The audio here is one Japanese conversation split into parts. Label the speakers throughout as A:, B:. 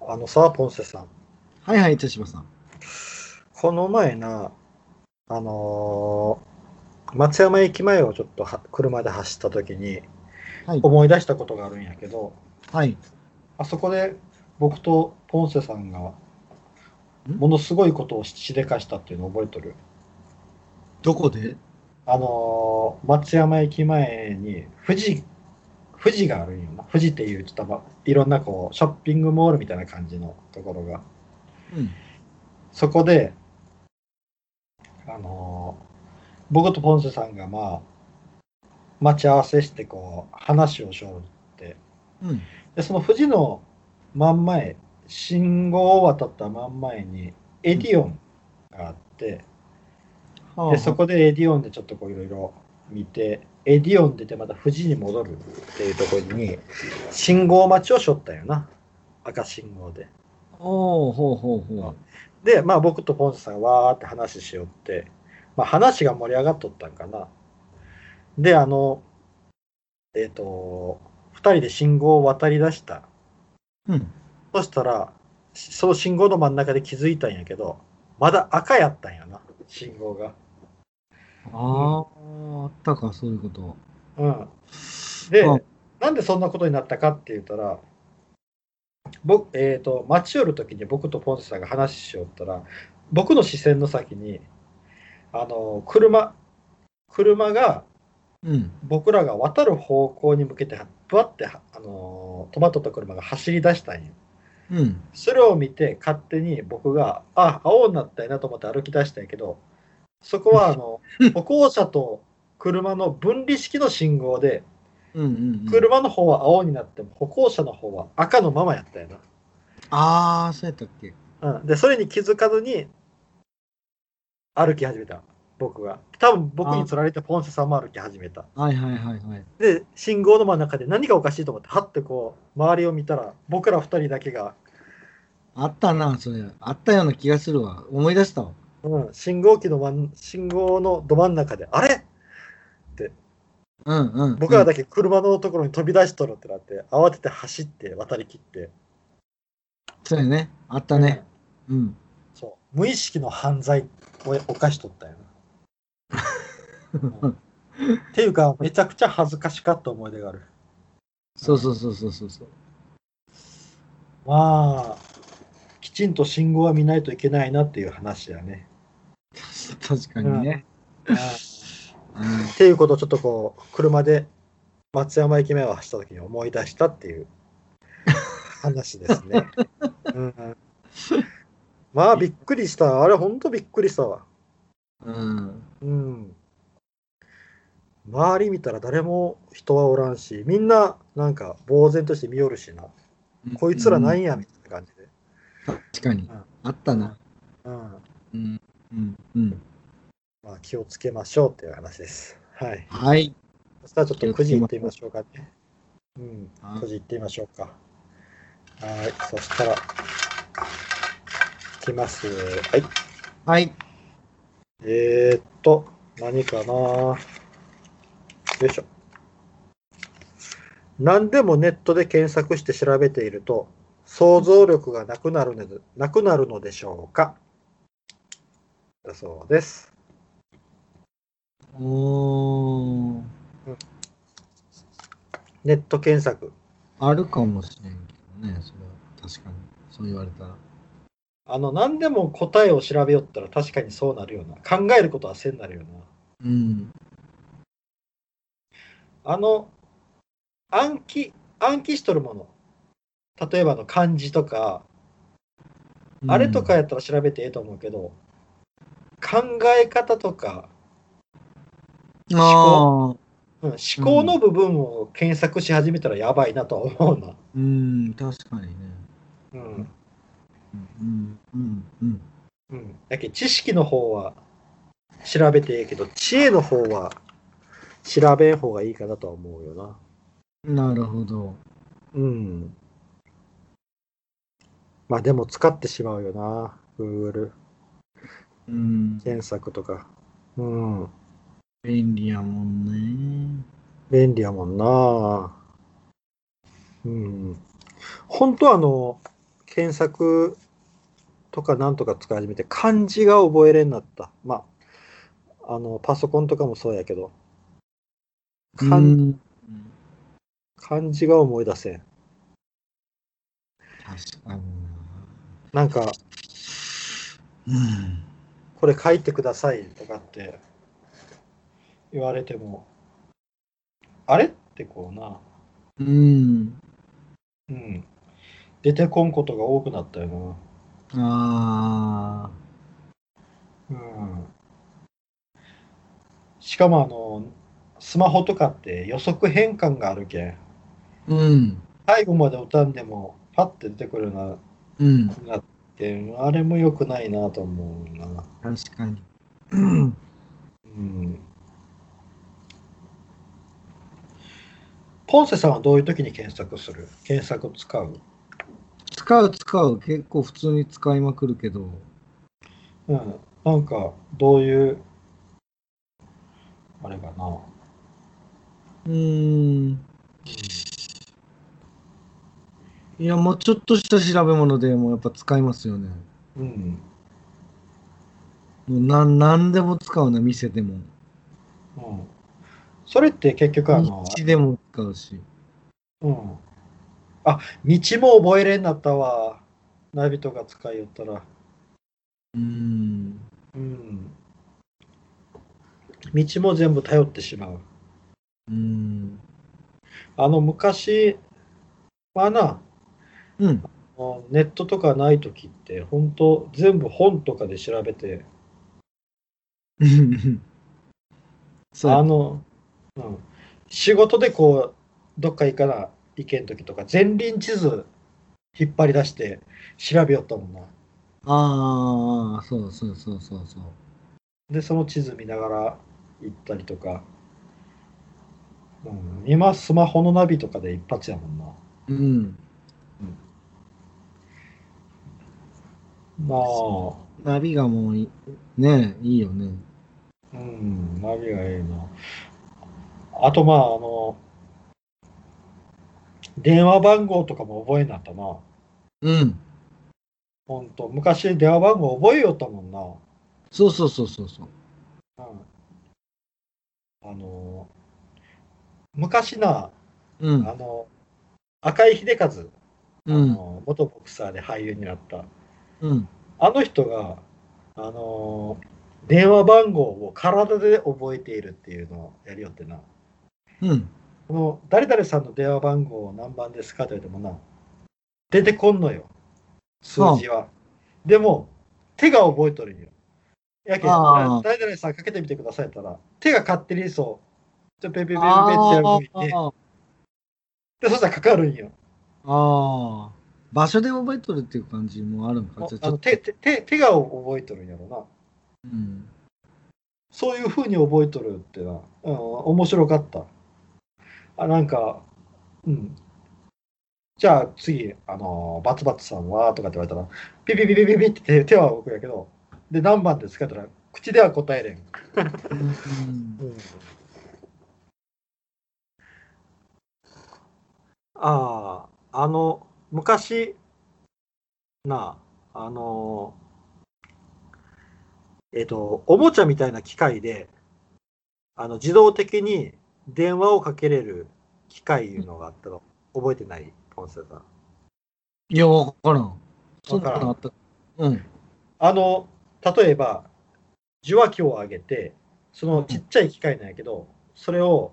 A: あのさ、ポンセさん。
B: はいはい、手島さん。
A: この前な、あのー松山駅前をちょっとは車で走った時に
B: はい。
A: 思い出したことがあるんやけど、
B: はい。
A: あそこで僕とポンセさんがものすごいことをしでかしたっていうのを覚えとる。
B: どこで
A: あのー松山駅前に富士、富士があるんよな。富士っていうちょっとまいろんなこうショッピングモールみたいな感じのところが。
B: うん。
A: そこで、あのー僕とポンセさんがまあ、待ち合わせしてこう、話をしようって。
B: うん。
A: で、その富士の真ん前、信号を渡った真ん前に、エディオンがあって、
B: は
A: で、そこでエディオンでちょっとこういろいろ見て、エディオン出てまた富士に戻るっていうところに、信号待ちをしょったよな。赤信号で。
B: おおほうほうほ
A: で、まあ僕とポンセさんがわーって話しよって、まあ話が盛り上がっとったんかな。で、あの、えっ、と、2人で信号を渡り出した。
B: う。うん。
A: そしたら、しその信号の真ん中で気づいたんやけど、まだ赤やったんやな、信号が。
B: ああ、あったか、そういうこと。
A: うん。で、
B: うん
A: なんでそんなことになったかって言ったら、僕、えっ、と、待ち寄るときに僕とポンセさんが話しよったら、僕の視線の先に、あの、車、車が
B: うん。
A: 僕らが渡る方向に向けて、ぶわって、あの、止まっとった車が走り出したんよ。
B: うん。
A: それを見て、勝手に僕が、あ、青になったんやなと思って歩き出したんやけど、そこは、あの、歩行者と車の分離式の信号で、
B: うんうん、うん。
A: 車の方は青になっても歩行者の方は赤のままやったよ
B: ああ、そうやったっけ。
A: な、うん、でそれに気づかずに歩き始めた僕が多分僕につられてポンセさんも歩き始めた
B: はいはいはいはい。
A: で信号の真ん中で何がおかしいと思ってはってこう周りを見たら僕ら2人だけが、
B: あったな、それ。あったような気がするわ。思い出したわ。
A: うん、信号機の真ん信号のど真ん中であれ
B: うんうん。
A: 僕らだ
B: け。
A: け車のところに飛び出しとるってなって慌てて走って渡り切って
B: そうやね。あったね。うん。
A: そう無意識の犯罪を犯しとったよな。っていうか、めちゃくちゃ恥ずかしかった思い出がある。
B: そうそうそうそうそうそう。
A: まあ、きちんと信号は見ないといけないなっていう話だね。
B: 確かにね。
A: うん
B: うん
A: っていうことをちょっとこう、車で松山駅前を走った時に思い出したっていう話ですね。うん、まあ、びっくりした。あれ、ほんとびっくりしたわ。
B: うん。
A: うん。周り見たら誰も人はおらんし、みんななんか呆然として見よるしな。こいつらなんやみたいな感じで。
B: 確かに
A: うん。
B: あったな。
A: うん。
B: うん。うん。うん。
A: まあ気をつけましょうっていう話です。はい。
B: はい。
A: そしたらちょっと
B: 気をつけ
A: 9時
B: ま
A: 行ってみましょうかね。うん。
B: はい
A: 9時行ってみましょうか。はい。そしたら、いきます。はい。
B: はい。
A: えー、っと、何かなよいしょ。何でもネットで検索して調べていると、想像力がなくなるのでなくなるのでしょうかだそうです。
B: おー。
A: ネット検索。
B: あるかもしれんけどね、それは確かに。そう言われたら。
A: あの、何でも答えを調べよったら確かにそうなるよな。考えることはせんなるよな。
B: うん。
A: あの、暗記、暗記しとるもの。例えばあの漢字とか、あれとかやったら調べてええと思うけど、考え方とか、
B: うん、ああ。
A: うん、思考の部分を検索し始めたらやばいなとは思うな。
B: うん、確かにね。
A: うん。
B: うん、うん、うん。
A: うん、だけど知識の方は調べてええけど、知恵の方は調べん方がいいかなとは思うよな。
B: なるほど。
A: うん。まあでも使ってしまうよな。Google
B: うん。
A: 検索とか。うん。
B: 便利やもんね。
A: 便利やもんな。うん。本当はあの、検索とかなんとか使い始めて、漢字が覚えれんなった。まあ、あの、パソコンとかもそうやけど、
B: う
A: 漢
B: ん
A: 漢字が思い出せん。
B: 確かに
A: なんか、
B: な。うん。
A: これ書いてくださいとかって言われても、あれってこうな、
B: うん。
A: うん、出てこんことが多くなったよ
B: あ
A: な。うん、しかもあの、スマホとかって予測変換があるけん、
B: あ。うん。
A: 最後まで歌んでもパッて出てくるような
B: うん。
A: なって、あれも良くないなと思うな。
B: 確かに。うん。
A: うんポンセさんはどういう時に検索する検索使う、
B: 使う使う。結構普通に使いまくるけど。
A: うん、なんかどういうあれかな、
B: うん。いや、もうちょっとした調べ物でもやっぱ使いますよね。
A: うんうん
B: もうなん何でも使うな、店でも。
A: うん、それって結局あの
B: 道、でも使うし。
A: うん、あ道も覚えれんなったわナビとか使いよったら、
B: うん。
A: うん、道も全部頼ってしまう
B: うん。
A: あの昔はな
B: うん。
A: もうネットとかない時って本当全部本とかで調べて
B: そう
A: あの、うん、仕事でこうどっか行かないけん時とか前輪地図引っ張り出して調べよったもんな
B: ああ、そうそうそうそうそう。
A: でその地図見ながら行ったりとか、うん、今スマホのナビとかで一発やもんな
B: うん。
A: なあ
B: ナビがもういい、ねえ、いいよね。
A: うん、ナビがいいな。あと、まあ、あの、電話番号とかも覚えになったな。
B: うん。
A: ほんと、昔電話番号覚えよったもんな。
B: そうそうそうそうそう。
A: うん。あの、昔な、
B: う
A: あ
B: ん。
A: の、赤井秀和、あ
B: うん。
A: の元ボクサーで俳優になった。
B: うん。
A: あの人が、あの、電話番号を体で覚えているっていうのをやりよってな。
B: うん。
A: この誰々さんの電話番号何番ですかと言ってもな、出てこんのよ、数字は。でも、手が覚えとるんよ。やけん
B: あー
A: 誰々さんかけてみてくださいって言ったら、手が勝手にそう、ちょペペペペペってやる
B: あ
A: のにね、
B: あ。
A: で、そしたらかかるんよ。
B: ああ。場所で覚えとるっていう感じもあるんか。じゃ
A: あ
B: あちょ
A: の
B: っと。
A: 手手手手が覚えとるんやろな。
B: うん。
A: そういうふうに覚えとるってな、うん、面白かった。あ、なんか、うん。じゃあ次、あのーバツバツさんはとかって言われたら、ピピピピピピって手手は動くんやけど、で、何番ですかって言ったら、口では答えれん。
B: うん
A: ああ、あの、昔、なあ、あのーえっと、おもちゃみたいな機械で、あの自動的に電話をかけれる機械いうのがあったの、覚えてない、ポンセさん。
B: いや、わからん。そん
A: わ
B: な
A: からん
B: のあった。うん。
A: あの、例えば、受話器を上げて、そのちっちゃい機械なんやけど、それを、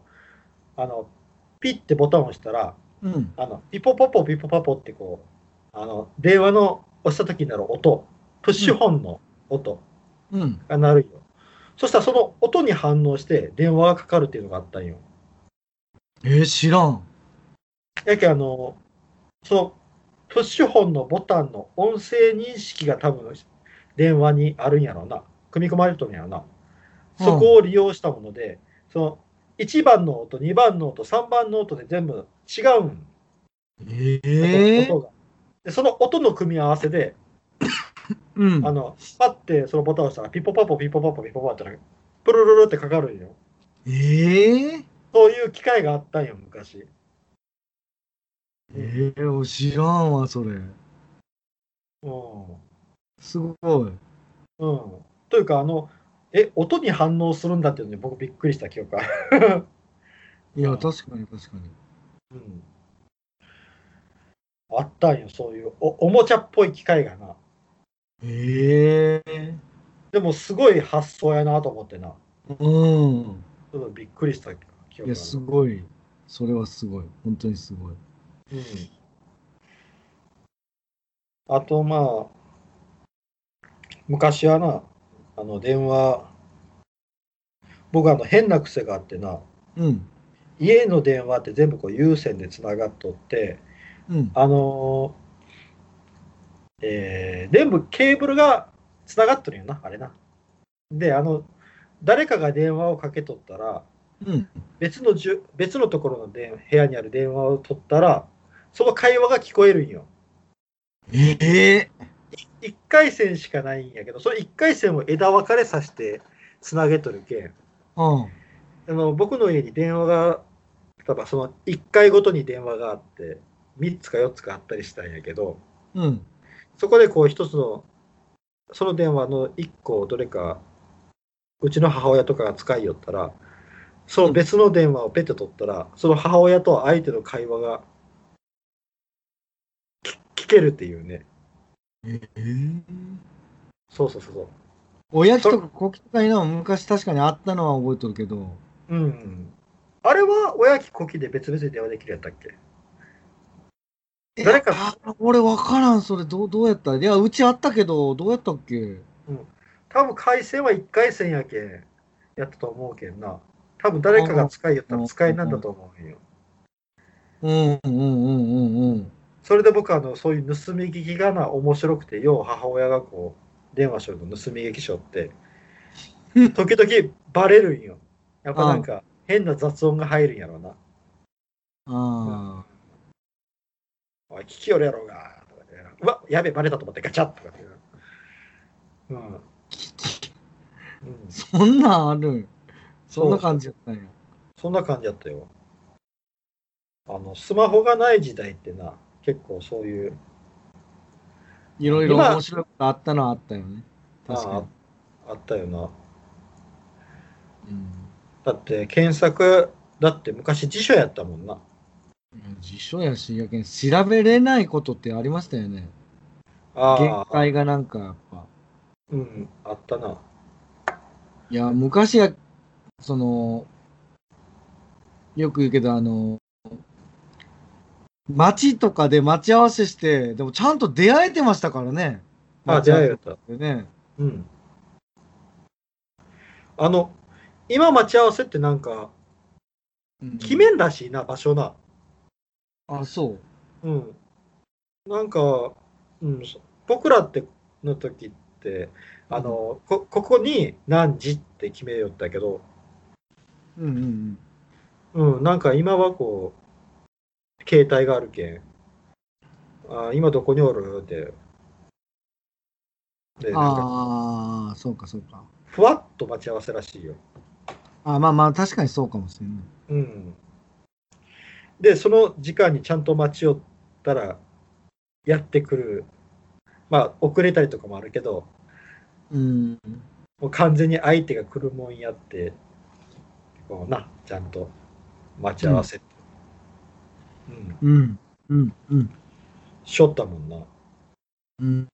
A: あの、ピッてボタンを押したら、
B: うん。
A: あの、ピポポポピポパポってこう、あの、電話の押した時になる音、プッシュホンの音
B: うん。
A: が鳴るよ。そしたらその音に反応して電話がかかるっていうのがあったんよ。
B: えー、知らん。
A: やけんあの、そのプッシュホンのボタンの音声認識が多分電話にあるんやろうな。組み込まれてるんやろうな。そこを利用したもので、その1番の音、2番の音、3番の音で全部違うん。
B: ええ
A: 音が。で、その音の組み合わせで、
B: うん。
A: あの、パッてそのボタンを押したら、ピポパポ、ピポパポ、ピポパポってなる、プルルルってかかるんよ。
B: ええ
A: そういう機会があったんよ、昔。
B: ええ知らんわ、それ。
A: うん。
B: すごい。
A: うん。というか、あの、え、音に反応するんだっていうのに僕びっくりした記憶ある。
B: いや、確かに確かに。
A: うん。あったんよ、そういうお、おもちゃっぽい機械がな。
B: ええ
A: でも、すごい発想やなと思ってな。
B: うん。
A: ちょっとびっくりした記
B: い
A: 憶あ
B: や、
A: る。
B: すごい。それはすごい。本当にすごい。
A: うん。あと、まあ、昔はな、あの、電話、僕、あの、変な癖があってな、
B: うん。
A: 家の電話って全部こう有線でつながっとって、
B: うん。
A: あのーえー全部ケーブルがつながっとるんよな、あれな。で、あの、誰かが電話をかけとったら、
B: うん。
A: 別のじゅ別のところの電部屋にある電話を取ったら、その会話が聞こえるんよ。
B: ええ
A: 1回線しかないんやけど、その1回線を枝分かれさせてつなげとるけん。
B: うん。
A: あの僕の家に電話が、例えばその1回ごとに電話があって、3つか4つかあったりしたんやけど、
B: うん。
A: そこでこう一つの、その電話の一個をどれか、うちの母親とかが使いよったら、その別の電話をペッて取ったら、その母親と相手の会話がき聞けるっていうね。
B: ええ
A: そうそうそうそう。
B: おやきとか小きとかいうのは昔確かにあったのは覚えとるけど、
A: うん。あれは親機子機で別々に電話できるやったっけ
B: え
A: 誰か
B: あ俺分からん、それどう、どうやったいや、うちあったけど、どうやったっけ
A: 多分回線は1回線やけん、やったと思うけんな。多分誰かが使いよったら使いなんだと思うんよ。
B: うんうんうんうんうん。
A: それで僕はあのそういう盗み聞きがな面白くてよう母親がこう電話しよるの盗み聞きしよって
B: うん
A: 時々バレるんよやっぱなんか変な雑音が入るんやろうな
B: ああ。
A: 「おい聞きよるやろうが」とか言ってなうわやべえバレたと思ってガチャッとかってなうん、うん、
B: そんなんあるそんな感じやったんや。
A: そんな感じだったよあのスマホがない時代ってな結構そういう
B: いろいろ
A: 今
B: 面白いことあったのはあったよね。確か
A: ああったよな
B: に。うん。
A: だって検索だって昔辞書やったもんな
B: 辞書やし、やけん調べれないことってありましたよね。
A: あ
B: 限
A: ー
B: 界がなんかやっぱ。
A: うん、あったな。
B: いや、昔や、その、よく言うけど、あの、街とかで待ち合わせして、でもちゃんと出会えてましたからね。
A: あ、出会え
B: え
A: た。
B: てね。
A: うん。あの、今待ち合わせってなんか、
B: うん
A: 決めんらしいな、場所な。
B: あ、そう。
A: うん。なんか、うん、そ僕らって、の時って、あの、こ、ここに何時って決めよったけど、
B: うんうんうん。
A: うん、なんか今はこう、携帯があるけん、あ今どこにおるって、で、なんか、
B: ああ、そうかそうか。
A: ふわっと待ち合わせらしいよ。
B: あまあまあ、確かにそうかもしれない。
A: うん。で、その時間にちゃんと待ちよったら、やってくる。まあ、遅れたりとかもあるけど、
B: うん。
A: もう完全に相手が来るもんやって、こうな、ちゃんと待ち合わせ。うん。
B: うん。うん。うん。
A: しょったもんな。
B: うん。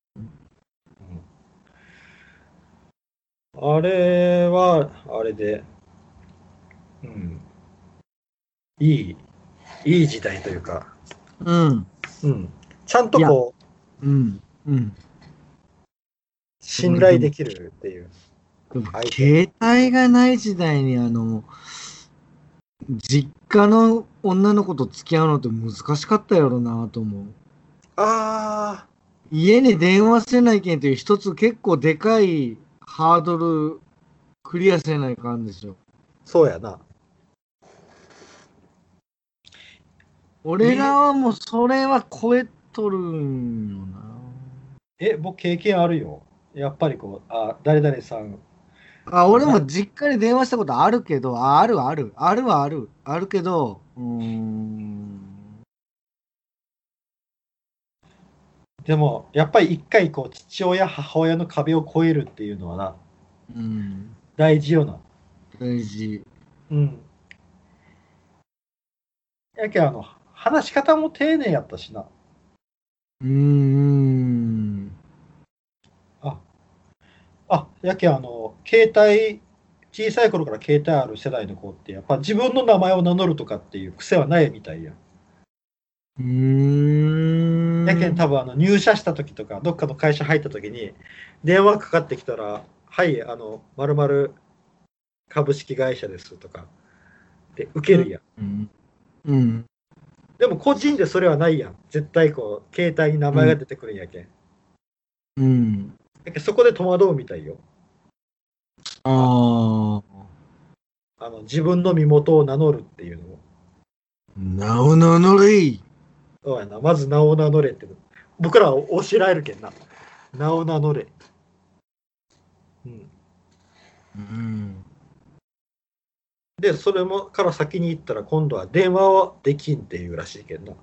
A: うん、あれは、あれで、うん。いい、いい時代というか、
B: うん。
A: うん。ちゃんと
B: いや
A: こう、
B: うん。うん。
A: 信頼できるっていう。
B: でも
A: はい
B: 携帯がない時代に、あの、実家の女の子と付き合うのって難しかったやろなと思う。
A: ああ、
B: 家に電話せないけんという一つ結構でかいハードルクリアせないかんでしょ。
A: そうやな。
B: 俺らはもうそれは超えとるんよな。
A: え、僕経験あるよ。やっぱりこう、あ、誰々さん。
B: あ俺も実家に電話したことあるけど、ああるある、あるはある、あるけど、うーん、
A: でもやっぱり一回こう父親母親の壁を越えるっていうのはな
B: うん。
A: 大事よな。
B: 大事。
A: うん。やけんあの話し方も丁寧やったしな。
B: うーん。
A: あ、あやけんあの携帯小さい頃から携帯ある世代の子ってやっぱ自分の名前を名乗るとかっていう癖はないみたいや。
B: うーん。
A: やけん多分あの入社した時とかどっかの会社入った時に電話かかってきたら「はいあの〇〇株式会社です」とかで受けるやん、
B: うん。うん。
A: でも個人でそれはないやん絶対こう携帯に名前が出てくるんやけん、
B: うん。
A: やけんそこで戸惑うみたいよ
B: ああ。
A: あの自分の身元を名乗るっていうのも
B: なおののれい。
A: そうやなまず名を名乗れって僕らは教えられるけんな名を名乗れうん
B: うん。
A: で、それもから先に行ったら、今度は電話はできんっていうらしいけど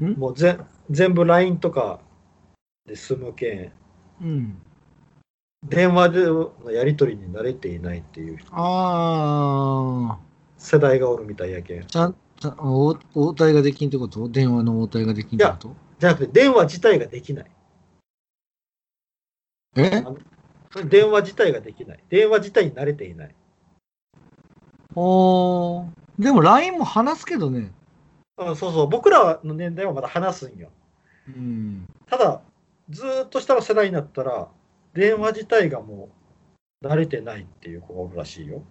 A: な。
B: ん
A: もうぜ全部 LINE とかで済むけん、
B: うん。
A: 電話でのやり取りに慣れていないっていう
B: ああ。
A: 世代がおるみたいやけん。
B: ちゃん、ちゃん応応対ができんってこと電話の応対ができんってこと
A: じゃなくて、電話自体ができない。
B: え
A: 電話自体ができない。電話自体に慣れていない。
B: おーでも LINE も話すけどね。
A: うん、そうそう、僕らの年代はまだ話すんよ。
B: うん。
A: ただ、ずーっとした世代になったら、電話自体がもう慣れてないっていう子がおるらしいよ。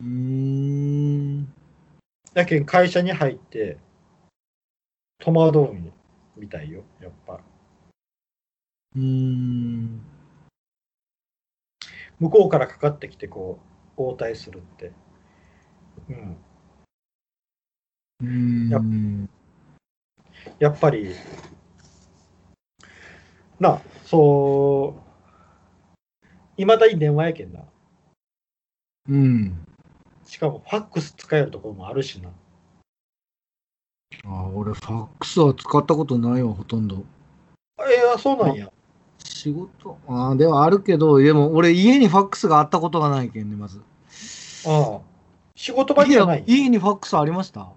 B: うーん。
A: やけん会社に入って戸惑うんみたいよやっぱ
B: うーん。
A: 向こうからかかってきてこう応対するってうん
B: うーん。
A: やっぱりなあそういまだに電話やけんな
B: うん。
A: しかもファックス使えるところもあるしな
B: あー俺、ファックスは使ったことないわ、ほとんど。
A: えー、そうなんや
B: 仕事あーではあるけど、でも俺、家にファックスがあったことがないけんね、まず。
A: ああ仕事場にはない
B: や家にファックスありました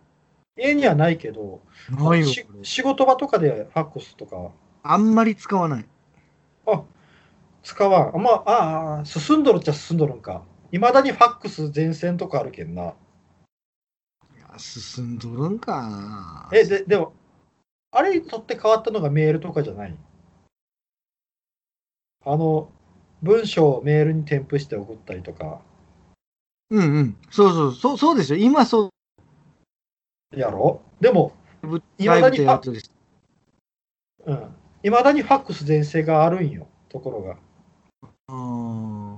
A: 家にはないけど
B: ないよ、
A: し
B: これ
A: 仕事場とかでファックスとか
B: あんまり使わない。
A: あ使わん。あまあ、ああ、進んどるっちゃ進んどるんか。いまだにファックス前線とかあるけんな。
B: いや進んどるんかな。
A: え、ででも、あれにとって変わったのがメールとかじゃないあの、文章をメールに添付して送ったりとか、
B: うんうん。そうそう、そうそうでしょ。今そう。
A: やろでも、
B: ラ
A: 未だ
B: イブ
A: に
B: でやるとです。
A: うん。いまだにファックス前線があるんよ、ところが。
B: あー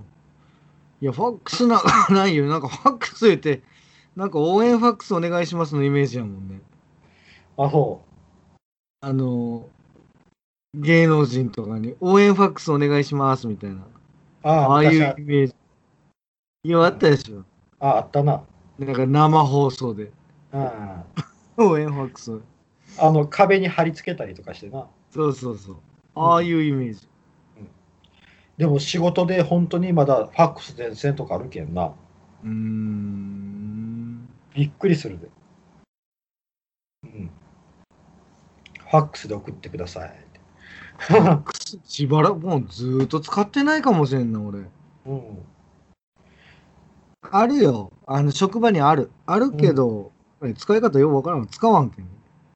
B: いや、ファックスな、ないよ。なんかファックス言って、なんか応援ファックスお願いしますのイメージやもんね。
A: あ、そ
B: あの、芸能人とかに応援ファックスお願いしますみたいな。
A: う。あ
B: あ
A: あ、
B: あい
A: 昔
B: うイ
A: あ
B: メージ。今あったでしょ。
A: ああったな。
B: なんか生放送で。
A: うん。
B: 応援ファックス。
A: あの、壁に貼り付けたりとかしてな。
B: そうそうそう。ああいうイメージ。
A: でも仕事で本当にまだファックス前線とかあるけんな。
B: うーん。
A: びっくりするで。うん。ファックスで送ってくださいって。
B: しばらく、もうずーっと使ってないかもしれんな、俺。
A: うん。
B: あるよ。あの、職場にある。あるけど、え使い方よくわからん。使わんけん。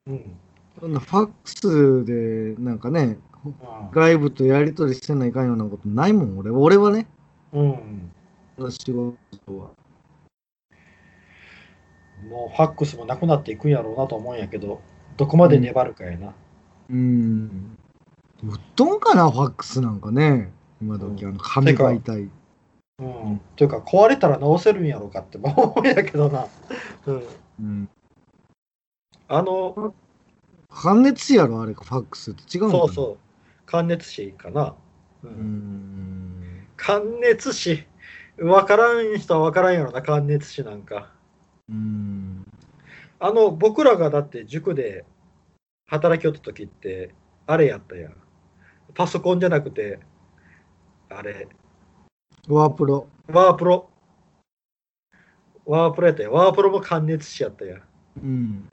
A: うん。
B: そんなファックスで、なんかね、外部とやり取りしてないかんようなことないもん、俺は。俺はね、
A: うん。
B: 仕事は。
A: もうファックスもなくなっていくんやろうなと思うんやけど、どこまで粘るかやな。
B: うーん。うっとんかな、ファックスなんかね。今時、あの、紙媒体。
A: うん。というか、壊れたら直せるんやろうかって思うんやけどな。うん。
B: うん。
A: あの、
B: 関熱紙やろ、あれ、ファックスって違うんかな。
A: そうそう。関熱紙かな。う
B: うー。ん。
A: 関熱紙。わからん人はわからんやろな、関熱紙なんか。
B: うーん。
A: あの僕らがだって塾で働きよった時ってあれやったやん。パソコンじゃなくて、あれ、
B: ワープロ。
A: ワープロ。ワープロやったやん。ワープロも感熱しやったやん。
B: うん。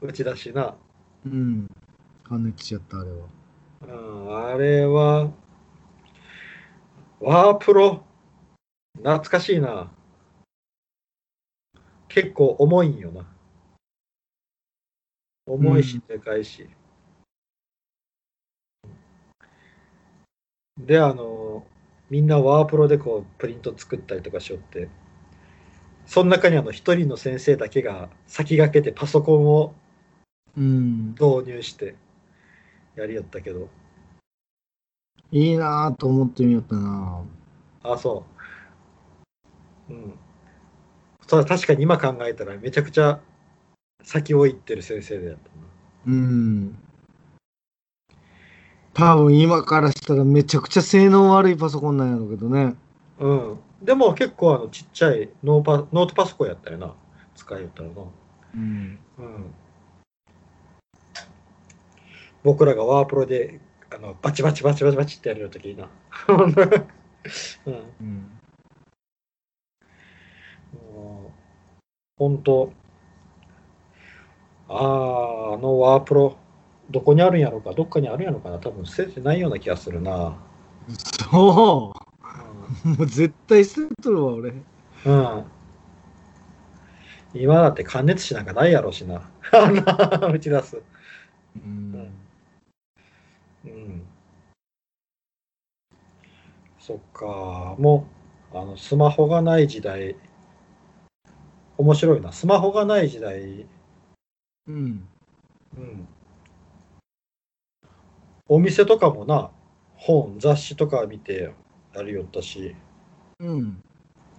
A: 打ち出しな。
B: うん。感熱しちゃった、あれは。
A: うん、あれは、ワープロ、懐かしいな。結構重いんよな。重いし、でかいし。で、あの、みんなワープロでこう、プリント作ったりとかしよって、その中にあの、一人の先生だけが先駆けてパソコンを
B: うん。
A: 導入して、やりよったけど、
B: いいなぁと思ってみよったな
A: あ、そう。うん。ただ確かに今考えたらめちゃくちゃ先を行ってる先生でやったな。
B: うん。多分今からしたらめちゃくちゃ性能悪いパソコンなんやろうけどね。
A: うん。でも結構あのちっちゃいノーパノートパソコンやったよな。使いよったらな。
B: うん。
A: うん。僕らがワープロであのバチバチバチバチバチってやるときな。 うん。
B: うん。
A: もう本当、ああ、あのワープロ、どこにあるんやろうか、どっかにあるんやろうかな、多分捨ててないような気がするな。
B: そうもう 絶対捨てとるわ、俺。
A: うん。うん、今だって感熱紙なんかないやろうしな。 あんな打ち出す。
B: うん。
A: うん。そっか、もう、あの、スマホがない時代、面白いな。スマホがない時代、
B: うん。
A: うんお店とかもな本雑誌とか見てやりよったし
B: うん。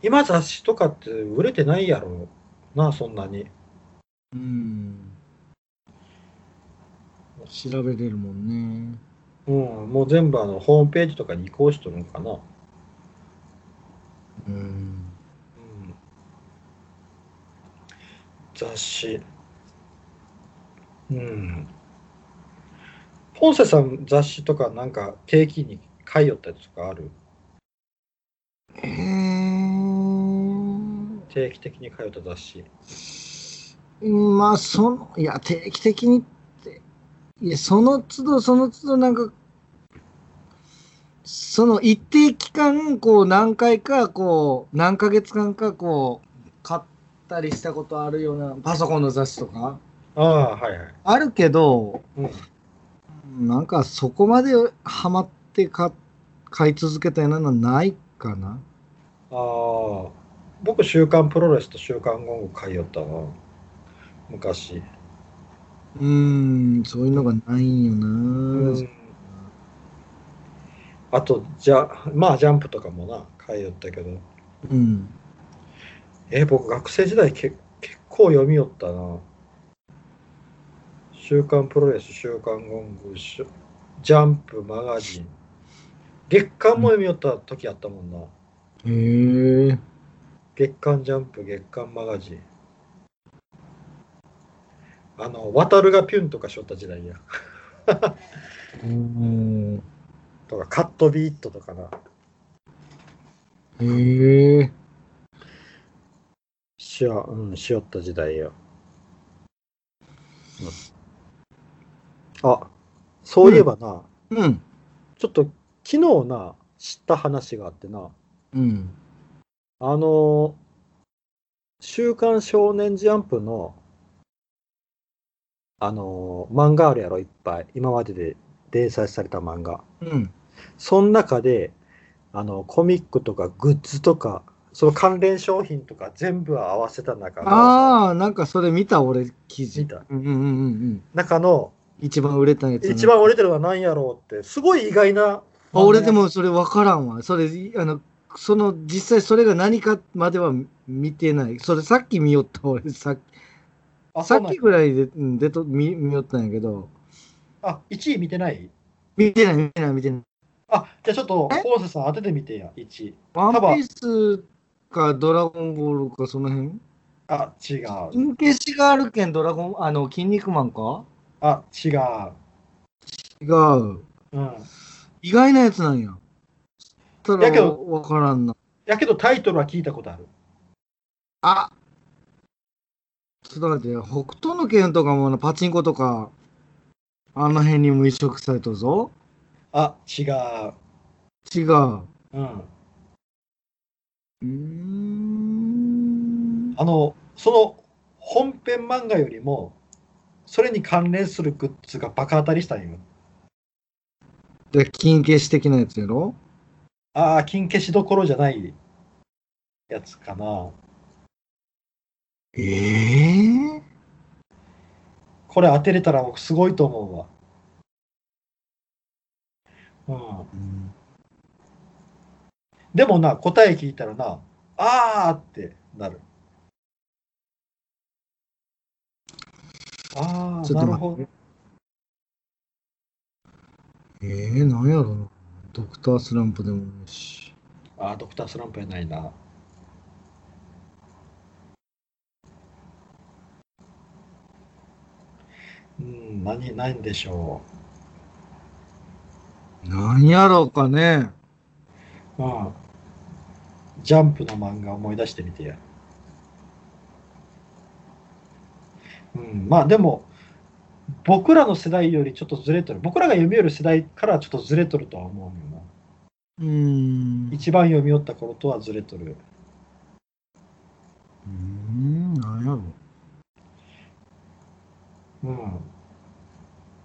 A: 今雑誌とかって売れてないやろなそんなに
B: うん。調べれるもんね。
A: うんもう全部あのホームページとかに移行しとるんかなうん
B: うん。
A: 雑誌うんポンセさん雑誌とかなんか定期に買いよったやつとかある
B: えー。
A: 定期的に買いよった雑誌
B: まあ、その、いや、定期的にって、いや、その都度、その都度、なんか、その一定期間、こう、何回か、こう、何ヶ月間か、こう、買ったりしたことあるような、パソコンの雑誌とか、
A: ああはいはい
B: あるけど、
A: うん
B: なんか、そこまでハマって買買い続けたようなのはないかな。
A: ああ、僕、週刊プロレスと週刊ゴング買いよったな、昔。
B: うーん、そういうのがないんよな。
A: うんあと、じゃ、まあ、ジャンプとかもな、買いよったけど。
B: うん
A: えー僕、学生時代け、結構読みよったな。週刊プロレス、週刊ゴング、しゅジャンプ、マガジン。月刊も読みよった時あったもんな。
B: へえ。
A: 月刊ジャンプ、月刊マガジン。あの、渡るがピュンとかしょった時代や。
B: うん
A: とか、カットビーットとかな。
B: へえ。
A: しよ、うん、しよった時代や。うんあ、そういえばな、
B: うん。
A: ちょっと昨日な、知った話があってな、
B: うん。
A: あの、週刊少年ジャンプの、あの、漫画あるやろ、いっぱい。今までで連載された漫画。
B: うん。
A: その中で、あの、コミックとかグッズとか、その関連商品とか全部合わせた中の、
B: ああ、なんかそれ見た俺記事。
A: 見た
B: うんうんうんうん。
A: 中の
B: 一番売れたやつ。
A: 一番売れてるのは何やろうって、すごい意外な。
B: あ俺でもそれ分からんわ。それ、あの、その実際それが何かまでは見てない。それさっき見よった俺さっき。
A: あ、
B: さ
A: さ
B: っ
A: っ
B: き
A: き。
B: ぐらいでうん出と見見よったんやけど。
A: あ、1位見てない
B: 見てない見てない見てない。
A: あ、じゃあちょっと
B: え、
A: コーセさん当ててみてや、1位。
B: ワン
A: 多
B: ピ
A: 分
B: ースかドラゴンボールかその辺
A: あ、違う。
B: 金消しがあるけんドラゴン、あの、筋肉マンか
A: あ、違う。
B: う。
A: うん。
B: 意外なやつなんや。そした
A: やけ
B: ら
A: ど
B: わからんな。
A: やけどタイトルは聞いたことある。
B: あちょっと待って、北斗の拳とかもなパチンコとか、あの辺にも移植されたぞ。
A: あ、違う。
B: 違う。う
A: うん。
B: ーん。
A: あの、その本編漫画よりも、それに関連するグッズがバカ当たりしたんよ。
B: で、金消し的なやつやろ
A: ああ、金消しどころじゃないやつかな。
B: ええ
A: これ当てれたら僕すごいと思うわ。うん。でもな、答え聞いたらな、あーってなる。あー、な
B: ちょっと
A: る
B: 待
A: ほ
B: っ
A: ど
B: て。。ええなんやろな。ドクタースランプでもないし。
A: あー、ドクタースランプやないな。うん、何、何でしょ
B: なんやろうかね。
A: う。うん。ジャンプの漫画思い出してみてや。うん、まあでも、僕らの世代よりちょっとずれとる。僕らが読みよる世代からちょっとずれとるとは思うよな。
B: うーん。う
A: 一番読みよった頃とはずれとる。
B: ーん、なんやろ
A: うん。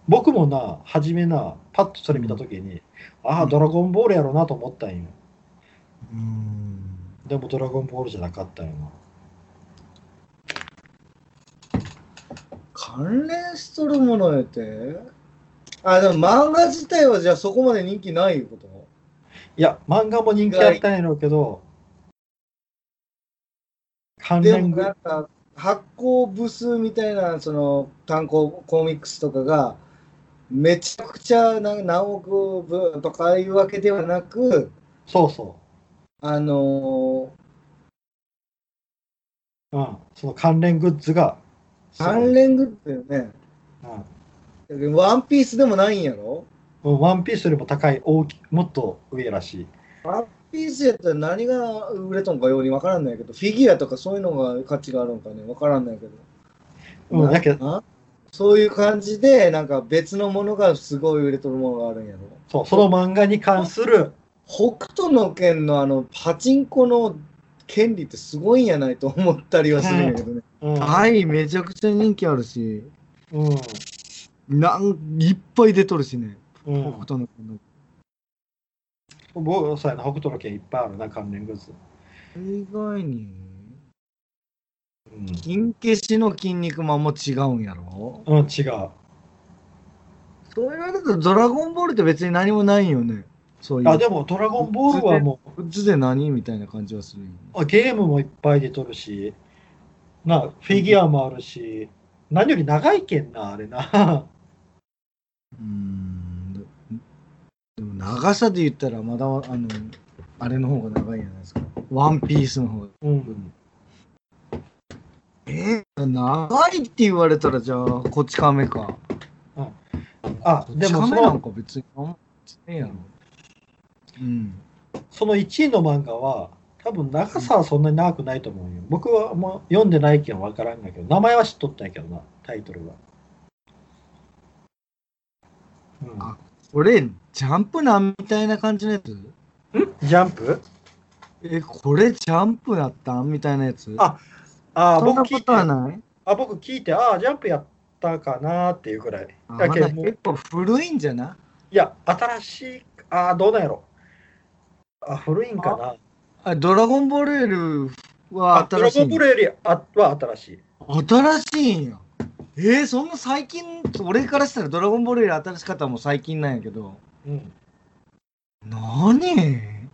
A: 僕もな、初めな、パッとそれ見たときに、ああ、
B: うん
A: ドラゴンボールやろなと思ったんよ。
B: う。うーん。
A: でもドラゴンボールじゃなかったんよな。
B: 関連しとるものやてあ、でも漫画自体はじゃあそこまで人気ないこと
A: いや、漫画も人気あったんやろうけど、関
C: でも
A: 連ぐ
C: なんか発行部数みたいなその単行コミックスとかがめちゃくちゃな何億部とかああいうわけではなく
A: そうそ
C: あの
A: う。うん。その関連グッズが、
C: ー関連グッズだよね
A: そう
C: だけどワンピースでもないんやろ
A: うん。うんワンピースよりも高い、大きい、もっと上らしい。
C: ワンピースやったら何が売れとんかように分からんないけどフィギュアとかそういうのが価値があるんかね分からんないけど
A: うん、やけど、
C: なそういう感じでなんか別のものがすごい売れとるものがあるんやろ
A: そう、その漫画に関する、
C: 北斗の拳のあのパチンコの権利ってすごいんやないと思ったりはするんやけどね。
A: うん、
B: はい、めちゃくちゃ人気あるし、
A: うん、
B: なんいっぱい出とるしね、
A: う
B: 北
A: ん。
B: 斗の拳の。
A: 僕、そうやな、北斗の拳いっぱいあるな、関連グッズ。
B: それ以外に、
A: うん
B: 金消しの筋肉マンも違うんやろ
A: うん、違う。
B: そう言われるとドラゴンボールって別に何もないよね。そういう。
A: あ、でも、ドラゴンボールはも
B: グッズで何みたいな感じはするよね。
A: う、あゲームもいっぱい出とるし、な、フィギュアもあるし、何より長いけんな、あれな。
B: うーん。ででも長さで言ったらまだ、あの、あれの方が長いじゃないですか。ワンピースの方が。
A: うん。
B: えー、長いって言われたらじゃあ、こっち亀か。
A: あ、
B: こっ
A: で
B: ち
A: もそ
B: 亀なん
A: の、
B: か別にあんまねえやろ。うん。
A: その1位の漫画は、多分長さはそんなに長くないと思うよ。僕はもう読んでないけんわからんだけど、名前は知っとったんやけどな、タイトルは。うん
B: あ俺、ジャンプなんみたいな感じのやつ
A: ジャンプ
B: え、これジャンプやったんみたいなやつ
A: ああー
B: そんな
A: 僕聞
B: こ
A: い
B: とは
A: て、
B: ない
A: あ僕聞いて、ああ、ジャンプやったかなっていうぐらい。
B: あ
A: や
B: ま
A: け
B: だ
A: んもう
B: 結構古いんじゃない
A: や、新しい、ああ、どうなんやろ。あ、古いんかな。
B: あドラゴンボールより
A: あ
B: は、
A: ドラ
B: 新し
A: ゴ
B: い
A: ン
B: ん
A: ボー
B: や。
A: ルよりあは新しい。
B: 新しいんや。えー、そんな最近、俺からしたらドラゴンボールより新しかったのも最近なんやけど。
A: うん。
B: 何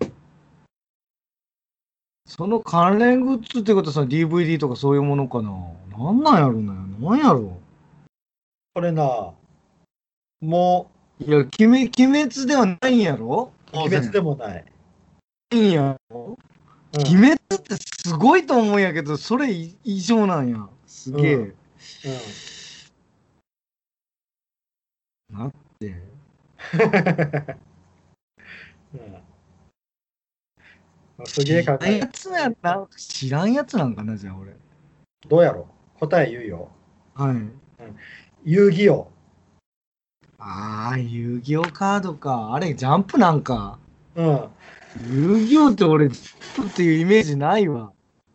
B: その関連グッズってことはその DVD とかそういうものかななんなんやろななんやろ
A: これな、も
B: いや、鬼滅鬼滅ではないんやろ
A: う、鬼滅で
B: も
A: もない。
B: ないんやろ、
A: うん
B: 鬼滅ってすごいと思うんやけど、それ以上なんや。すげえ。
A: うん
B: なって。
A: うん、すげえ考
B: 知ら
A: え
B: んやつなんだ知らんやつなんかな、じゃあ俺。
A: どうやろう答え言うよ。
B: はい。
A: 遊戯王。
B: ああ、遊戯王カードか。あれ、ジャンプなんか。
A: うん。
B: 遊戯王って俺、ジャンプっていうイメージないわ。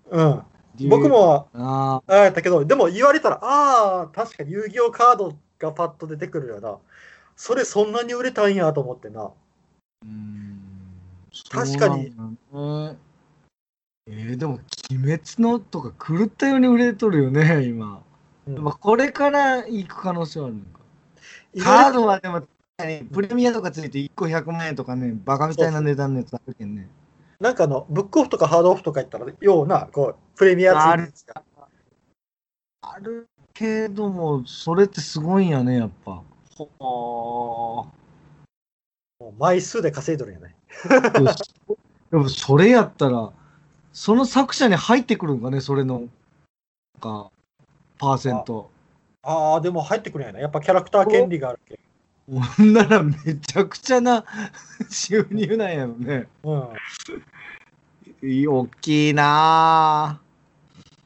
A: うん。僕。も、
B: あ
A: ああやったけど、でも言われたら、ああ、確かに遊戯王カードがパッと出てくるよな。それそんなに売れたんやと思ってな。
B: あ。うん
A: 確かに。
B: そうなんだねえー、でも、鬼滅のとか狂ったように売れとるよね、今。
A: うん
B: まあ、これから行く可能性はあるのか。
A: 言われ
B: カードはでも、プレミアとかついて1個100万円とかね、バカみたいな値段のやつあるけんね。
A: なんかあの、ブックオフとかハードオフとか行ったら、ような、こう、プレミアついてるんですか。
B: あるけども、それってすごいんやね、やっぱ。ほ
A: もう枚数で稼いどるんやね。
B: でも、それやったら、その作者に入ってくるんかね、それの、なんか、パーセント。
A: ああ、でも入ってくるんやね。やっぱキャラクター権利があるけん。
B: ほんなら、めちゃくちゃな 収入なんやろね。
A: うん。
B: いい大きいなぁ。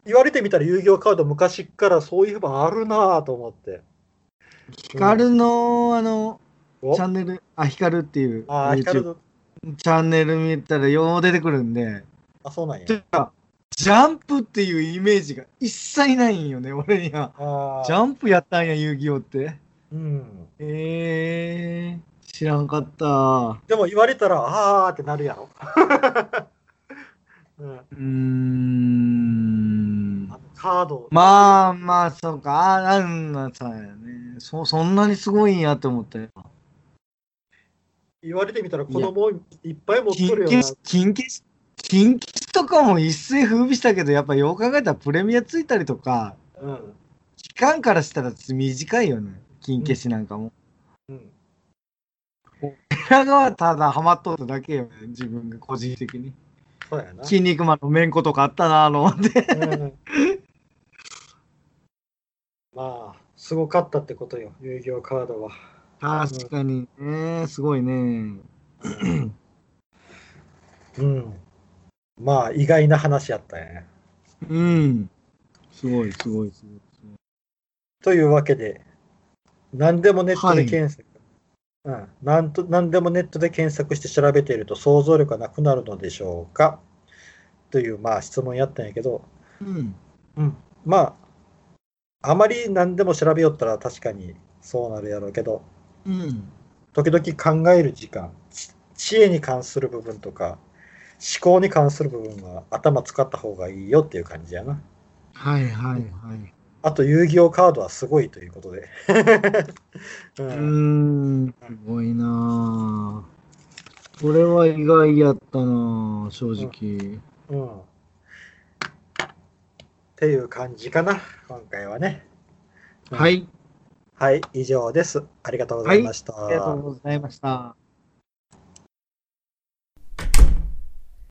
A: 言われてみたら遊戯王カード昔っからそういえばあるなぁと思って。
B: ヒカルの、あの、
A: お
B: チャンネル、あ、ヒカルっていう、
A: ああ、ヒカル
B: YouTube
A: の。
B: チャンネル見たら、よう出てくるんで。
A: あ、そうなんや。
B: てかジャンプっていうイメージが一切ないんよね、俺には。
A: ああ
B: ジャンプやったんや、遊戯王って。
A: うん。
B: えー、知らんかった。
A: でも言われたら、ああってなるやろ。 うん、
B: うーん。
A: あのカード、
B: まあまあ、そうか。ああんなさやね。そ、そんなにすごいんやって思ったよ。
A: 言われてみたら子供いっぱい持っ
B: キ
A: とる
B: ン
A: よ
B: キ
A: な。
B: ス、キンキス、キンキスとかも一世風靡したけど、やっぱよう考えたらプレミアついたりとか、
A: うん
B: 期間からしたら短いよね。金消しなんかも。
A: うん、
B: 裏側ただハマっとっただけよ、ね、自分が個人的に。
A: そうやな。
B: 筋肉マンのめんことかあったなあのって。
A: うん まあ、すごかったってことよ、遊戯王カードは。
B: 確かにね、すごいね。
A: うん。まあ、意外な話やったね。
B: うん。すごい、すごい、すごい。
A: というわけで、何でもネットで検索。うん、なんと何でもネットで検索して調べていると想像力がなくなるのでしょうかという、まあ、質問やったんやけど、
B: うん。
A: うん、まあ、あまり何でも調べよったら確かにそうなるやろうけど、
B: うん。
A: 時々考える時間、ち知恵に関する部分とか、思考に関する部分は頭使った方がいいよっていう感じやな。
B: はいはいはい。
A: あと、遊戯王カードはすごいということで。 う
B: うんーん、すごいなあこれは意外やったなあ正直。
A: うんっていう感じかな、今回はね。うん
B: はい、
A: はい、以上です。ありがとうございました。
B: ありがとうございました。